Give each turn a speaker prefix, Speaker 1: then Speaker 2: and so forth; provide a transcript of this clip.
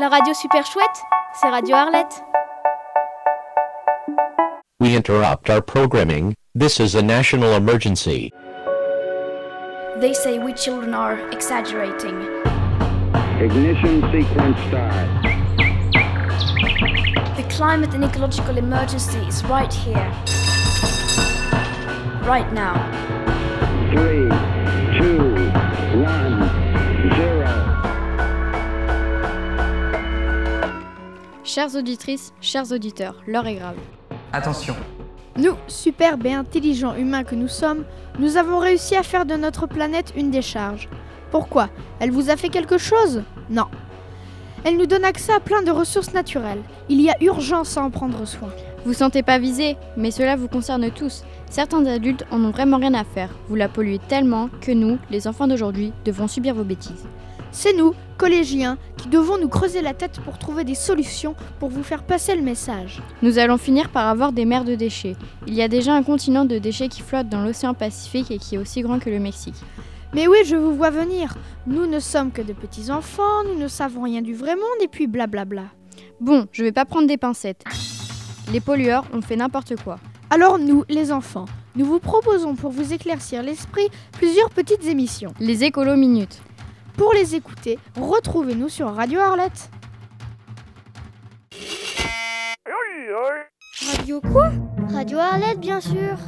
Speaker 1: La radio super chouette, c'est Radio Arlette.
Speaker 2: We interrupt our programming. This is a national emergency.
Speaker 3: They say we children are exaggerating.
Speaker 4: Ignition sequence start.
Speaker 3: The climate and ecological emergency is right here. Right now.
Speaker 4: Three, two, one, zero.
Speaker 5: Chères auditrices, chers auditeurs, l'heure est grave.
Speaker 6: Attention,
Speaker 7: Nous, superbes et intelligents humains que nous sommes, nous avons réussi à faire de notre planète une décharge. Pourquoi Elle vous a fait quelque chose Non. Elle nous donne accès à plein de ressources naturelles. Il y a urgence à en prendre soin.
Speaker 5: Vous sentez pas visé, mais cela vous concerne tous. Certains adultes en ont vraiment rien à faire. Vous la polluez tellement que nous, les enfants d'aujourd'hui, devrons subir vos bêtises.
Speaker 7: C'est nous, collégiens, qui devons nous creuser la tête pour trouver des solutions pour vous faire passer le message.
Speaker 5: Nous allons finir par avoir des mers de déchets. Il y a déjà un continent de déchets qui flotte dans l'océan Pacifique et qui est aussi grand que le Mexique.
Speaker 7: Mais oui, je vous vois venir. Nous ne sommes que de petits enfants, nous ne savons rien du vrai monde et puis blablabla.
Speaker 5: Bon, je vais pas prendre des pincettes. Les pollueurs ont fait n'importe quoi.
Speaker 7: Alors nous, les enfants, nous vous proposons pour vous éclaircir l'esprit plusieurs petites émissions.
Speaker 5: Les écolos minutes.
Speaker 7: Pour les écouter, retrouvez-nous sur Radio Arlette.
Speaker 1: Radio Arlette, bien sûr.